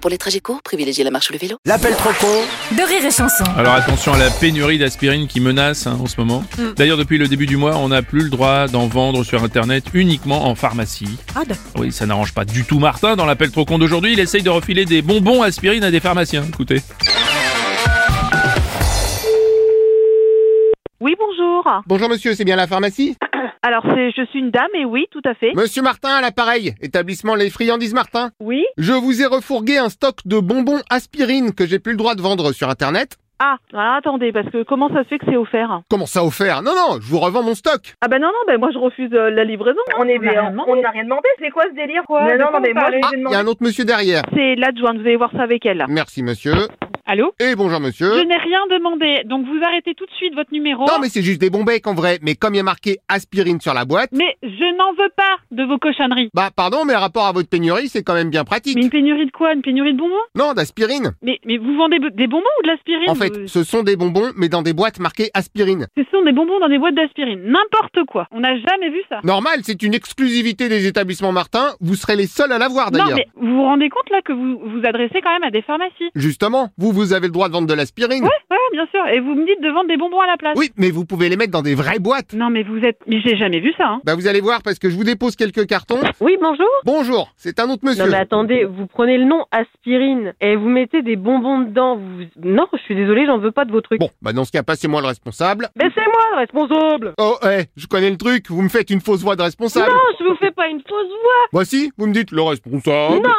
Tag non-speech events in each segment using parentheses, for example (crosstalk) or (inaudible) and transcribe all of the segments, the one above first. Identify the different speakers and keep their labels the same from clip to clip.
Speaker 1: Pour les trajets courts, privilégiez la marche ou le vélo.
Speaker 2: L'appel trop con
Speaker 3: de rire et chanson.
Speaker 4: Alors attention à la pénurie d'aspirine qui menace hein, en ce moment.
Speaker 3: Mm.
Speaker 4: D'ailleurs, depuis le début du mois, on n'a plus le droit d'en vendre sur Internet uniquement en pharmacie.
Speaker 3: Ah d'accord.
Speaker 4: Oui, ça n'arrange pas du tout Martin. Dans l'appel trop con d'aujourd'hui, il essaye de refiler des bonbons aspirine à des pharmaciens. Écoutez.
Speaker 5: Oui, bonjour.
Speaker 6: Bonjour monsieur, c'est bien la pharmacie
Speaker 5: Alors, c'est, je suis une dame, et oui, tout à fait.
Speaker 6: Monsieur Martin à l'appareil, établissement Les Friandises Martin.
Speaker 5: Oui
Speaker 6: Je vous ai refourgué un stock de bonbons aspirine que j'ai plus le droit de vendre sur internet.
Speaker 5: Ah, ah, attendez, parce que comment ça se fait que c'est offert
Speaker 6: Comment ça offert Non, non, je vous revends mon stock.
Speaker 5: Ah bah non, non, bah moi je refuse euh, la livraison. hein.
Speaker 7: On est
Speaker 3: On a rien demandé.
Speaker 7: on n'a rien demandé. C'est quoi ce délire quoi
Speaker 5: Mais non, non, mais moi,
Speaker 6: Ah, il y a un autre monsieur derrière.
Speaker 5: C'est l'adjointe, vous allez voir ça avec elle.
Speaker 6: Merci monsieur.
Speaker 8: Allô
Speaker 6: Et bonjour
Speaker 8: Ah. Je
Speaker 6: monsieur.
Speaker 8: n'ai rien demandé, donc vous arrêtez tout de suite votre numéro.
Speaker 6: Non mais c'est juste des bons becs en vrai, mais comme il y a marqué aspirine sur la boîte,
Speaker 8: Mais je n'en veux pas de vos cochonneries.
Speaker 6: bah pardon, mais rapport à votre pénurie, c'est quand même bien pratique.
Speaker 8: Mais une pénurie de quoi Une pénurie de bonbons
Speaker 6: Non, d'aspirine.
Speaker 8: mais, mais vous vendez be- des bonbons ou de l'aspirine
Speaker 6: En fait,
Speaker 8: vous
Speaker 6: ce sont des bonbons, mais dans des boîtes marquées aspirine.
Speaker 8: Ce sont des bonbons dans des boîtes d'aspirine. N'importe quoi. On n'a jamais vu ça.
Speaker 6: Normal, c'est une exclusivité des établissements Martin, vous serez les seuls à
Speaker 5: Ah,
Speaker 6: l'avoir
Speaker 8: Non,
Speaker 6: d'ailleurs.
Speaker 8: mais vous vous rendez compte là que vous vous adressez quand même à des pharmacies
Speaker 6: Justement, vous, vous avez le droit de vendre de l'aspirine.
Speaker 8: Ouais, bien sûr. Et vous me dites de vendre des bonbons à la place
Speaker 6: Oui, mais vous pouvez les mettre dans des vraies boîtes.
Speaker 8: Non, mais vous êtes. Mais j'ai jamais vu ça. Hein.
Speaker 6: Bah vous allez voir parce que je vous dépose quelques
Speaker 7: (laughs)
Speaker 6: cartons.
Speaker 7: Oui, bonjour.
Speaker 6: Bonjour, c'est un autre monsieur.
Speaker 7: Non mais attendez, vous prenez le nom aspirine et vous mettez des bonbons dedans. Vous... Non, je suis désolée, j'en veux pas de vos trucs.
Speaker 6: Bon, bah dans ce cas, passez-moi le responsable.
Speaker 7: Mais c'est moi le responsable.
Speaker 6: Oh, eh, je connais le truc, vous me faites une fausse voix de responsable.
Speaker 7: Non, je vous fais pas une fausse voix.
Speaker 6: Bah si, vous me dites le responsable.
Speaker 7: Non.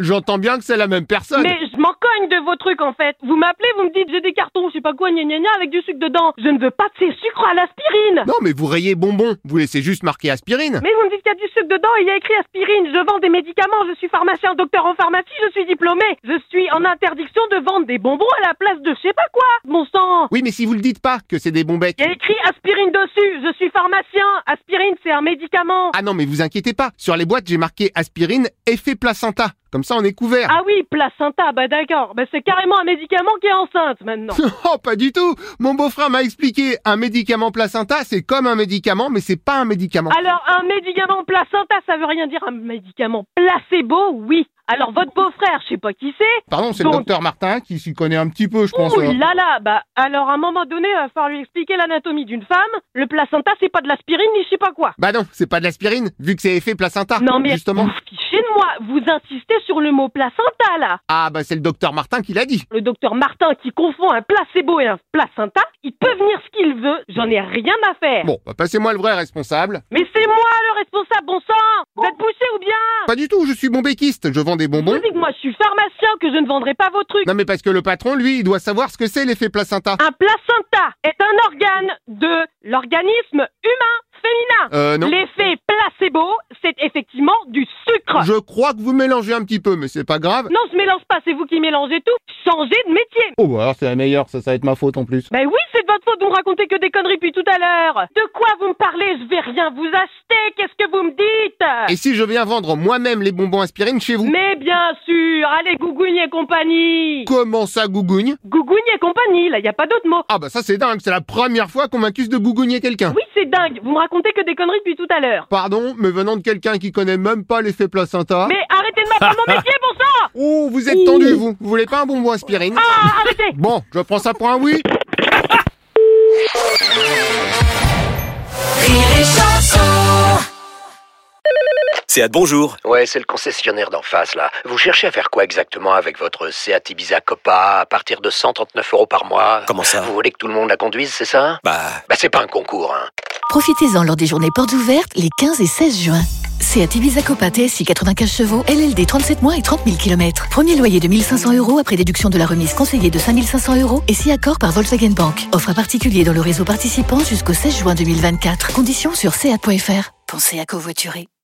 Speaker 6: J'entends bien que c'est la même personne.
Speaker 7: Mais je m'en cogne de vos trucs en fait. Vous m'appelez, vous me dites j'ai des cartons, je sais pas quoi, gna gna gna avec du sucre dedans. Je ne veux pas de ces sucres
Speaker 5: (laughs)
Speaker 7: à l'aspirine.
Speaker 6: Non, mais vous rayez bonbon, vous laissez juste marquer aspirine.
Speaker 7: Mais vous me dites qu'il y a du sucre dedans, il y a écrit aspirine. Je vends des médicaments, je suis pharmacien, docteur en pharmacie, je suis diplômé. Je suis en interdiction de vendre des bonbons à la place de je sais pas quoi. Mon sang.
Speaker 6: Oui, mais si vous le dites pas que c'est des bons becs.
Speaker 7: Il y a écrit aspirine dessus, je suis pharmacien. Aspirine, c'est un médicament.
Speaker 6: Ah non, mais vous inquiétez pas. Sur les boîtes, j'ai marqué aspirine, effet placenta. Comme ça, on est couvert.
Speaker 7: Ah oui, placenta, bah d'accord. Bah c'est carrément un médicament qui est enceinte maintenant.
Speaker 6: (laughs) Oh, pas du tout. Mon beau-frère m'a expliqué. Un médicament placenta, c'est comme un médicament, mais c'est pas un médicament.
Speaker 7: Alors, un médicament placenta, ça veut rien dire. Un médicament placebo, oui. Alors, votre beau-frère, je sais pas qui c'est.
Speaker 6: Pardon, c'est le
Speaker 7: Donc-
Speaker 6: docteur Martin qui s'y connaît un petit peu, je pense.
Speaker 7: Ouh
Speaker 6: hein.
Speaker 7: là là, bah alors à un moment donné, il va falloir lui expliquer l'anatomie d'une femme. Le placenta, c'est pas de l'aspirine ni je sais pas quoi.
Speaker 6: Bah non, c'est pas de l'aspirine, vu que c'est effet placenta.
Speaker 7: Non mais
Speaker 6: Ah, Justement.
Speaker 7: vous vous fichez de moi, vous insistez sur le mot placenta là.
Speaker 6: Ah, bah c'est le docteur Martin qui l'a dit.
Speaker 7: Le docteur Martin qui confond un placebo et un placenta, il peut venir ce qu'il veut, j'en ai rien à faire.
Speaker 6: Bon, bah passez-moi le vrai responsable.
Speaker 7: Mais c'est moi le responsable, bon sang Vous êtes bouché ou bien
Speaker 6: Pas du tout, je suis bombéquiste, je vends des
Speaker 7: Je vous
Speaker 6: bonbons.
Speaker 7: dis que moi je suis pharmacien, que je ne vendrai pas vos trucs.
Speaker 6: Non mais parce que le patron, lui, il doit savoir ce que c'est l'effet placenta.
Speaker 7: Un placenta est un organe de l'organisme humain féminin.
Speaker 6: Euh, non.
Speaker 7: L'effet placebo, c'est effectivement du sucre.
Speaker 6: Je crois que vous mélangez un petit peu, mais c'est pas grave.
Speaker 7: Non, je mélange pas, c'est vous qui mélangez tout. Changez de métier.
Speaker 6: Oh, bah alors c'est la meilleure, ça, ça va être ma faute en plus.
Speaker 7: Ben oui, c'est de votre faute de me raconter que des conneries depuis tout à l'heure. De quoi vous me parlez Je vais rien vous acheter. Qu'est-ce que vous me dites
Speaker 6: Et si je viens vendre moi-même les bonbons aspirine chez vous
Speaker 7: Ah. Mais bien sûr, allez, Gougougne et compagnie.
Speaker 6: Comment ça, gougougne
Speaker 7: Gougougne et compagnie, là, y a pas d'autre mot.
Speaker 6: Ah bah ça c'est dingue, c'est la première fois qu'on m'accuse de gougouiller quelqu'un.
Speaker 7: Oui, c'est dingue. Vous me racontez que des conneries depuis tout à l'heure.
Speaker 6: Pardon, mais venant de quelqu'un qui connaît même pas l'effet placenta.
Speaker 7: Mais arrêtez de m'apprendre
Speaker 6: (laughs)
Speaker 7: mon métier, bon sang
Speaker 6: Oh, vous êtes tendu, vous. Vous voulez pas un bonbon aspirine
Speaker 7: Ah, arrêtez
Speaker 6: Bon, je prends ça pour un oui.
Speaker 9: C'est à de bonjour.
Speaker 10: Ouais, c'est le concessionnaire d'en face là. Vous cherchez à faire quoi exactement avec votre Seat Ibiza Copa à partir de 139 euros par mois
Speaker 9: Comment ça
Speaker 10: Vous voulez que tout le monde la conduise, c'est ça
Speaker 9: Bah,
Speaker 10: Bah c'est pas un concours, hein.
Speaker 1: Profitez-en lors des journées portes ouvertes les 15 et 16 juin. Seat Ibiza Copa TSI 95 chevaux, LLD 37 mois et 30 000 km. Premier loyer de 1500 euros après déduction de la remise conseillée de 5500 euros et si accord par Volkswagen Bank. Offre à particulier dans le réseau participant jusqu'au 16 juin 2024. Conditions sur seat.fr. Pensez à covoiturer.